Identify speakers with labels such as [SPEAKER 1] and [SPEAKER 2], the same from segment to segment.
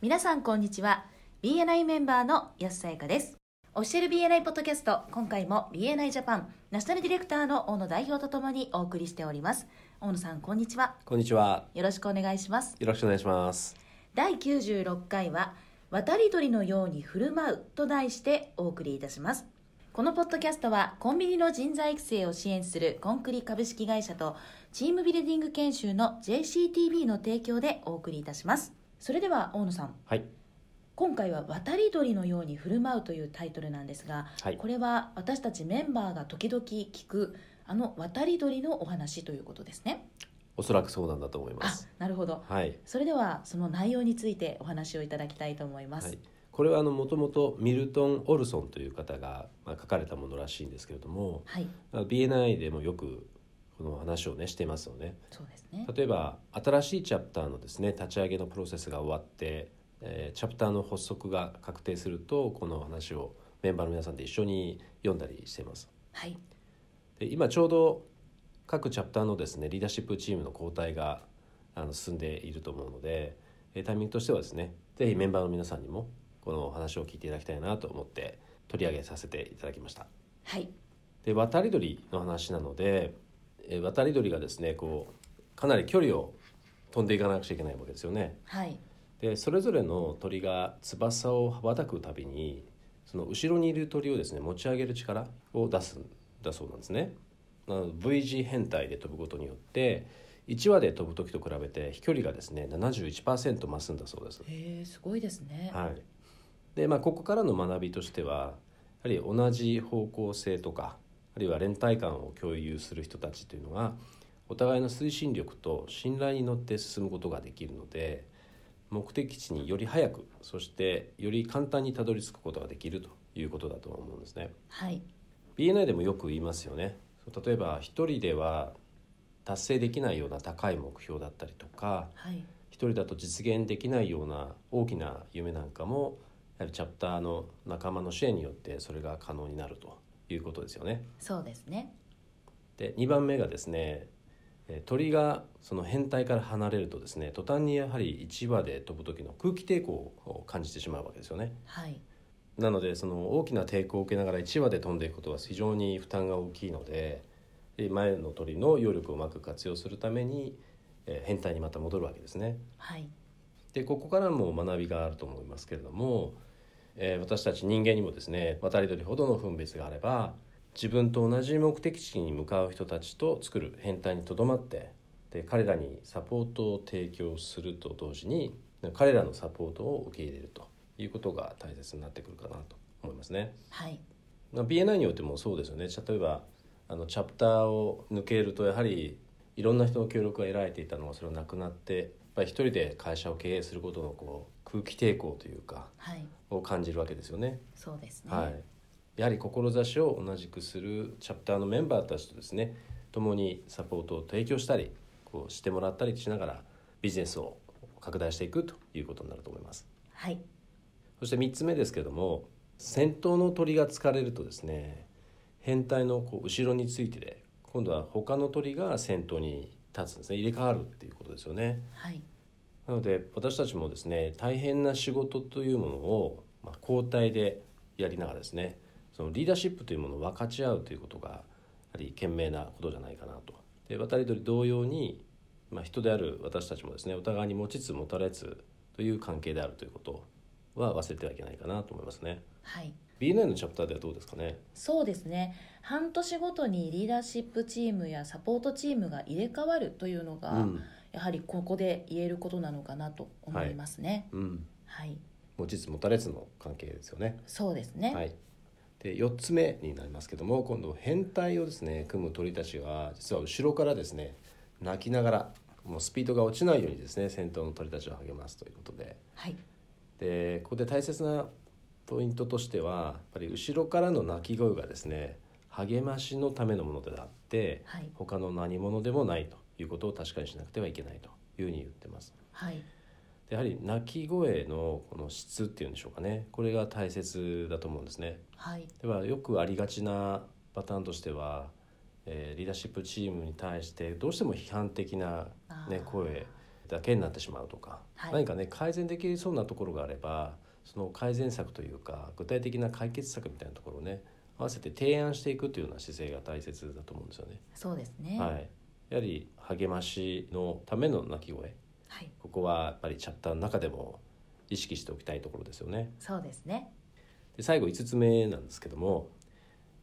[SPEAKER 1] 皆さんこんにちは BNI メンバーの安さやかですオフィシャル BNI ポッドキャスト今回も BNI ジャパンナショナルディレクターの大野代表とともにお送りしております大野さんこんにちは
[SPEAKER 2] こんにちは。
[SPEAKER 1] よろしくお願いします
[SPEAKER 2] よろしくお願いします。
[SPEAKER 1] 第96回は「渡り鳥のように振る舞う」と題してお送りいたしますこのポッドキャストはコンビニの人材育成を支援するコンクリ株式会社とチームビルディング研修の JCTB の提供でお送りいたしますそれでは大野さん
[SPEAKER 2] はい。
[SPEAKER 1] 今回は「渡り鳥のように振る舞う」というタイトルなんですが、
[SPEAKER 2] はい
[SPEAKER 1] これは私たちメンバーが時々聞くあの渡り鳥のお話ということですね
[SPEAKER 2] おそらくそうなんだと思いま
[SPEAKER 1] あ
[SPEAKER 2] す。
[SPEAKER 1] なるほど
[SPEAKER 2] はい。
[SPEAKER 1] それではその内容についてお話をいただきたいと思いま
[SPEAKER 2] は
[SPEAKER 1] す
[SPEAKER 2] い。これはあのもともとミルトン・オルソンという方がまあ書かれたものらしいんですけれども、
[SPEAKER 1] はい、
[SPEAKER 2] まあ BNI でもよくこの話をねしていますよね。
[SPEAKER 1] そうですね
[SPEAKER 2] 例えば新しいチャプターのですね立ち上げのプロセスが終わって、えーチャプターの発足が確定するとこの話をメンバーの皆さんで一緒に読んだりしています。
[SPEAKER 1] はい
[SPEAKER 2] で今ちょうど各チャプターのですねリーダーシップチームの交代があの進んでいると思うのでえータイミングとしてはですねぜひメンバーの皆さんにもこのお話を聞いていただきたいなと思って取り上げさせていただきました
[SPEAKER 1] はい
[SPEAKER 2] で渡り鳥の話なのでえー渡り鳥がですねこうかなり距離を飛んでいかなくちゃいけないわけですよね
[SPEAKER 1] はい
[SPEAKER 2] でそれぞれの鳥が翼を羽ばたくたびにその後ろにいる鳥をですね持ち上げる力を出すんだそうなんですね。あの V 字変態で飛ぶことによって1羽で飛ぶ時と比べて飛距離がですね71%増すんだそうです。
[SPEAKER 1] へえすごいですね
[SPEAKER 2] はいでまあ、ここからの学びとしてはやはり同じ方向性とかあるいは連帯感を共有する人たちというのはお互いの推進力と信頼に乗って進むことができるので目的地により早くそしてより簡単にたどり着くことができるということだと思うんですね。
[SPEAKER 1] はい、
[SPEAKER 2] BNI でもよく言いますよね例えば一人では達成できないような高い目標だったりとか
[SPEAKER 1] はい
[SPEAKER 2] 一人だと実現できないような大きな夢なんかもやはりチャプターの仲間の支援によってそれが可能になるということですよね。
[SPEAKER 1] そうですね
[SPEAKER 2] で2番目がですねえー鳥がその変態から離れるとですね途端にやはり1羽で飛ぶ時の空気抵抗を感じてしまうわけですよね。
[SPEAKER 1] はい
[SPEAKER 2] なのでその大きな抵抗を受けながら1羽で飛んでいくことは非常に負担が大きいのでで前の鳥の揚力をうまく活用するためにえー変態にまた戻るわけですね。
[SPEAKER 1] はい
[SPEAKER 2] でここからも学びがあると思いますけれども、えー私たち人間にもですね渡り鳥ほどの分別があれば自分と同じ目的地に向かう人たちと作る変態にとどまってで彼らにサポートを提供すると同時に彼らのサポートを受け入れるということが大切になってくるかなと思いますね。
[SPEAKER 1] はい
[SPEAKER 2] まあ BNI によってもそうですよね例えばあのチャプターを抜けるとやはりいろんな人の協力が得られていたのがそれはなくなってやっぱり一人で会社を経営することのこう空気抵抗というか
[SPEAKER 1] はい
[SPEAKER 2] を感じるわけですよね。
[SPEAKER 1] そうですね
[SPEAKER 2] はい、やはり志を同じくするチャプターのメンバーたちとですね共にサポートを提供したりこうしてもらったりしながらビジネスを拡大していくということになると思います。
[SPEAKER 1] はい
[SPEAKER 2] そして3つ目ですけれども先頭の鳥が疲れるとですね変態のこう後ろについてで今度は他の鳥が先頭に立つんですね入れ替わるっていうことですよね。
[SPEAKER 1] はい
[SPEAKER 2] なので私たちもですね大変な仕事というものを、まあ、交代でやりながらですねそのリーダーシップというものを分かち合うということがやはり賢明なことじゃないかなと。で渡り鳥同様に、まあ、人である私たちもですねお互いに持ちつ持たれつという関係であるということは忘れてはいけないかなと思いますね。
[SPEAKER 1] はい
[SPEAKER 2] BNI のチャプターではどうですかね
[SPEAKER 1] そうですね半年ごとにリーダーシップチームやサポートチームが入れ替わるというのが、
[SPEAKER 2] うん
[SPEAKER 1] やはりここで言えることなのかなと思いますね
[SPEAKER 2] うん、
[SPEAKER 1] はい、
[SPEAKER 2] 持ちつ持たれつの関係ですよね。
[SPEAKER 1] そうですね
[SPEAKER 2] は
[SPEAKER 1] はい、
[SPEAKER 2] い、で4つ目になりますけども今度変態をですね組む鳥たちは実は後ろからですね鳴きながらもうスピードが落ちないようにですね先頭の鳥たちを励ますということででここで大切なポイントとしてはやっぱり後ろからの鳴き声がですね励ましのためのものであって、
[SPEAKER 1] はい
[SPEAKER 2] 他の何者でもないということを確かにしなくてはいけないというふうに言ってます。
[SPEAKER 1] はい、
[SPEAKER 2] でやはり鳴き声のこの質っていうんでしょうかねこれが大切だと思うんですね。
[SPEAKER 1] はい、
[SPEAKER 2] ではよくありがちなパターンとしては、えーリーダーシップチームに対してどうしても批判的な、
[SPEAKER 1] あー
[SPEAKER 2] ね、声だけになってしまうとか、
[SPEAKER 1] はい
[SPEAKER 2] 何かね改善できそうなところがあればその改善策というか具体的な解決策みたいなところをね合わせて提案していくというような姿勢が大切だと思うんですよね。
[SPEAKER 1] そうですね。
[SPEAKER 2] は。い、やはり励ましのための鳴き声
[SPEAKER 1] はい、
[SPEAKER 2] ここはやっぱりチャプターの中でも意識しておきたいところですよね。
[SPEAKER 1] そうですね。
[SPEAKER 2] で最後5つ目なんですけども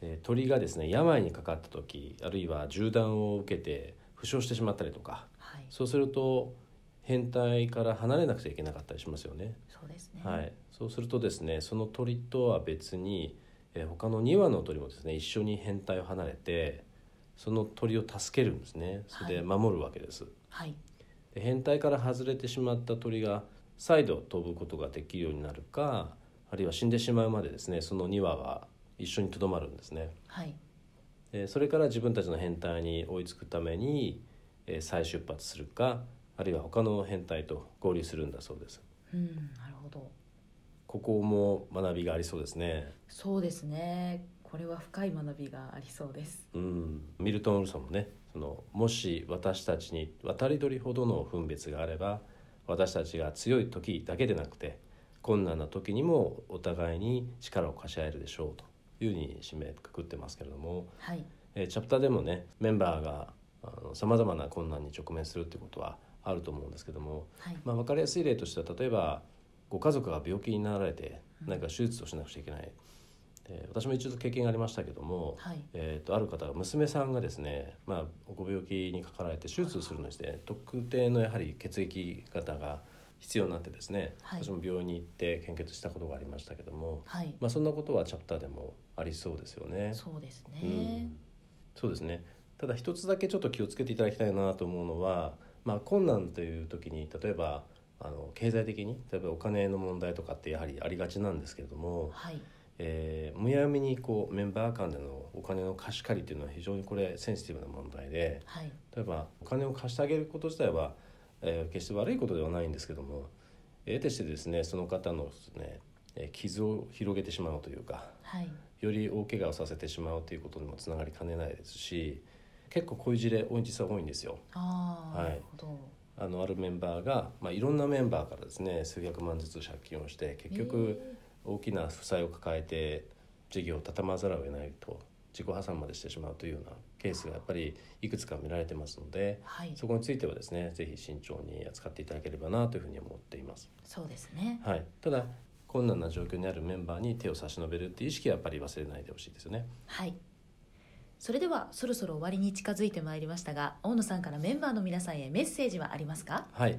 [SPEAKER 2] で鳥がですね病にかかった時あるいは銃弾を受けて負傷してしまったりとか
[SPEAKER 1] はい。
[SPEAKER 2] そうすると変態から離れなくちゃいけなかったりしますよね。
[SPEAKER 1] そうですね。
[SPEAKER 2] はい、そうするとですねその鳥とは別に、えー他の2羽の鳥もですね一緒に変態を離れてその鳥を助けるんですねそれで守るわけです。
[SPEAKER 1] はい。
[SPEAKER 2] で変態から外れてしまった鳥が再度飛ぶことができるようになるかあるいは死んでしまうまでですねその2羽は一緒にとどまるんですね
[SPEAKER 1] はい。
[SPEAKER 2] でそれから自分たちの変態に追いつくためにえー再出発するかあるいは他の変態と合流するんだそうです
[SPEAKER 1] うん、なるほど。
[SPEAKER 2] ここも学びがありそうですね
[SPEAKER 1] そうですね。これは深い学びがありそうです。
[SPEAKER 2] うんミルトン・ウルソンもねそのもし私たちに渡り鳥ほどの分別があれば私たちが強い時だけでなくて困難な時にもお互いに力を貸し合えるでしょうというふうに締めくくってますけれども、
[SPEAKER 1] はい。
[SPEAKER 2] えーチャプターでもねメンバーがさまざまな困難に直面するってことはあると思うんですけども、
[SPEAKER 1] はい。
[SPEAKER 2] まあ、分かりやすい例としては例えばご家族が病気になられて何か手術をしなくちゃいけない、で私も一度経験がありましたけども、
[SPEAKER 1] はい。
[SPEAKER 2] えー、とある方が娘さんがですね、まあ、ご病気にかかられて手術をするのにして、特定のやはり血液型が必要になってですね、
[SPEAKER 1] はい
[SPEAKER 2] 私も病院に行って献血したことがありましたけども、
[SPEAKER 1] はい。
[SPEAKER 2] まあ、そんなことはチャプターでもありそうですよね。
[SPEAKER 1] そうです
[SPEAKER 2] う
[SPEAKER 1] ね
[SPEAKER 2] ん。そうですねただ一つだけちょっと気をつけていただきたいなと思うのは、まあ、困難という時に例えばあの経済的に例えばお金の問題とかってやはりありがちなんですけれども、
[SPEAKER 1] はい。
[SPEAKER 2] えー、むやみにこうメンバー間でのお金の貸し借りっていうのは非常にこれセンシティブな問題で
[SPEAKER 1] はい。
[SPEAKER 2] 例えばお金を貸してあげること自体は、えー決して悪いことではないんですけども得てしてですねその方のですねえー傷を広げてしまうというか
[SPEAKER 1] はい。
[SPEAKER 2] より大怪我をさせてしまうということにもつながりかねないですし結構こういう事例多い実は多いんですよ。
[SPEAKER 1] ああ、
[SPEAKER 2] はい
[SPEAKER 1] なるほど。
[SPEAKER 2] あのあるメンバーが、まあ、いろんなメンバーからですね数百万ずつ借金をして結局、大きな負債を抱えて事業を畳まざるを得ないと自己破産までしてしまうというようなケースがやっぱりいくつか見られてますので
[SPEAKER 1] えーはい。
[SPEAKER 2] そこについてはですねぜひ慎重に扱っていただければなというふうに思っています、
[SPEAKER 1] そうですね。
[SPEAKER 2] はい、ただ困難な状況にあるメンバーに手を差し伸べるっていう意識はやっぱり忘れないでほしいですよね
[SPEAKER 1] はい。それではそろそろ終わりに近づいてまいりましたが、大野さんからメンバーの皆さんへメッセージはありますか？
[SPEAKER 2] はい、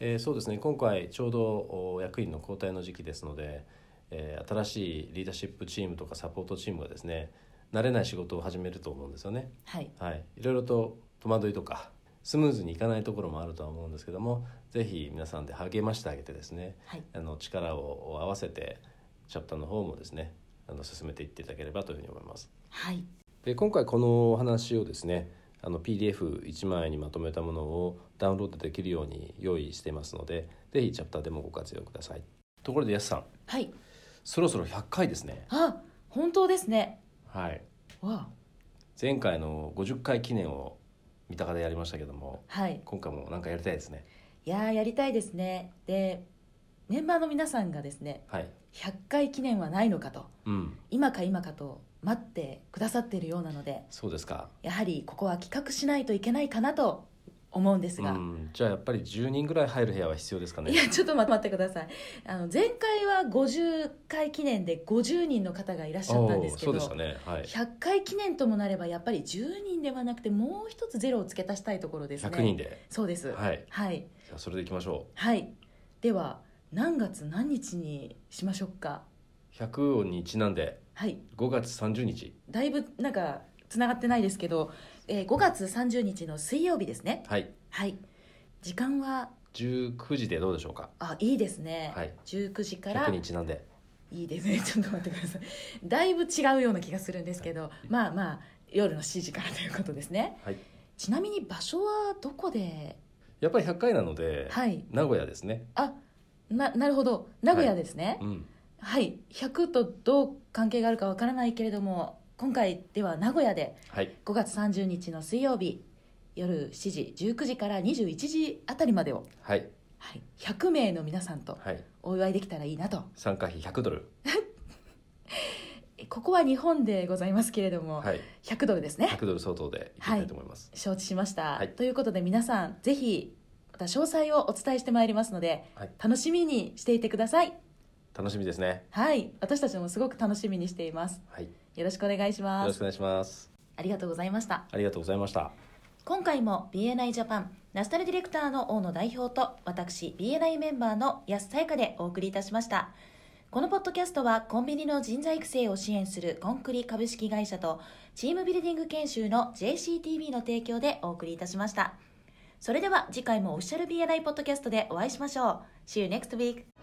[SPEAKER 2] えーそうですね今回ちょうどお役員の交代の時期ですので、えー新しいリーダーシップチームとかサポートチームがですね慣れない仕事を始めると思うんですよね
[SPEAKER 1] はい。
[SPEAKER 2] はい、いろいろと戸惑いとかスムーズにいかないところもあるとは思うんですけどもぜひ皆さんで励ましてあげてですね
[SPEAKER 1] はい。
[SPEAKER 2] あの力を合わせてチャプターの方もですねあの進めていっていただければというふうに思います。
[SPEAKER 1] はい。
[SPEAKER 2] で今回このお話をですねあの PDF1 枚にまとめたものをダウンロードできるように用意していますのでぜひチャプターでもご活用ください。ところでやすさん
[SPEAKER 1] はい。
[SPEAKER 2] そろそろ100回ですね。
[SPEAKER 1] あ、本当ですね。
[SPEAKER 2] はい、
[SPEAKER 1] わあ。
[SPEAKER 2] 前回の50回記念を三鷹でやりましたけども
[SPEAKER 1] はい。
[SPEAKER 2] 今回もなんかやりたいですね。
[SPEAKER 1] いやーやりたいですね。で、メンバーの皆さんがですね、
[SPEAKER 2] はい。
[SPEAKER 1] 100回記念はないのかと、
[SPEAKER 2] うん。
[SPEAKER 1] 今か今かと待ってくださっているようなので、
[SPEAKER 2] そうですか。
[SPEAKER 1] やはりここは企画しないといけないかなと思うんです
[SPEAKER 2] う
[SPEAKER 1] が、
[SPEAKER 2] ん。じゃあやっぱり10人ぐらい入る部屋は必要ですか
[SPEAKER 1] い
[SPEAKER 2] ね。
[SPEAKER 1] やちょっと待ってくださいあの前回は50回記念で50人の方がいらっしゃったんですけ
[SPEAKER 2] そ
[SPEAKER 1] ど、
[SPEAKER 2] うでしたね。はい。
[SPEAKER 1] 100回記念ともなればやっぱり10人ではなくてもう一つゼロを付け足したいところですね
[SPEAKER 2] 100人で。
[SPEAKER 1] そうです
[SPEAKER 2] はい。
[SPEAKER 1] はい、
[SPEAKER 2] じゃあそれでいきましょ
[SPEAKER 1] はいでは何月何日にしましょうか
[SPEAKER 2] う。100にちなんで
[SPEAKER 1] はい
[SPEAKER 2] 5月30日。
[SPEAKER 1] だいぶなんかつながってないですけど、えー5月30日の水曜日ですね
[SPEAKER 2] はい。
[SPEAKER 1] はい時間は
[SPEAKER 2] 19時でどうでしょうか。
[SPEAKER 1] あいいですね、
[SPEAKER 2] はい
[SPEAKER 1] 19時から
[SPEAKER 2] 100にちなんで。
[SPEAKER 1] いいですね ちょっと待ってくださいだいぶ違うような気がするんですけどまあまあ夜の7時からということですね
[SPEAKER 2] はい。
[SPEAKER 1] ちなみに場所はどこで
[SPEAKER 2] やっぱり100回なので、
[SPEAKER 1] はい
[SPEAKER 2] 名古屋ですね。
[SPEAKER 1] あななるほど名古屋ですね
[SPEAKER 2] うん。
[SPEAKER 1] はい、100とどう関係があるかわからないけれども今回では名古屋で
[SPEAKER 2] はい。
[SPEAKER 1] 5月30日の水曜日夜7時19時から21時あたりまでを、
[SPEAKER 2] はい
[SPEAKER 1] はい、100名の皆さんと
[SPEAKER 2] はい
[SPEAKER 1] お祝いできたらいいなと
[SPEAKER 2] 参加費100ドル
[SPEAKER 1] えここは日本でございますけれども、
[SPEAKER 2] はい
[SPEAKER 1] 100ドルですね
[SPEAKER 2] 100ドル相当でいきたいと思います
[SPEAKER 1] 承知しました、
[SPEAKER 2] はい
[SPEAKER 1] ということで皆さんぜひまた詳細をお伝えしてまいりますので、
[SPEAKER 2] はい
[SPEAKER 1] 楽しみにしていてください
[SPEAKER 2] 楽しみですね
[SPEAKER 1] はい私たちもすごく楽しみにしています
[SPEAKER 2] はいよ
[SPEAKER 1] よろしくお願いしま
[SPEAKER 2] ろしく
[SPEAKER 1] す
[SPEAKER 2] お願いします
[SPEAKER 1] ありがとうございました
[SPEAKER 2] ありがとうございました
[SPEAKER 1] 今回も BNI ジャパンナスタルディレクターの大野代表と私 BNI メンバーの安さやかでお送りいたしましたこのポッドキャストはコンビニの人材育成を支援するコンクリ株式会社とチームビルディング研修の JCTV の提供でお送りいたしましたそれでは次回もオフィシャル BNI ポッドキャストでお会いしましょう See you next week!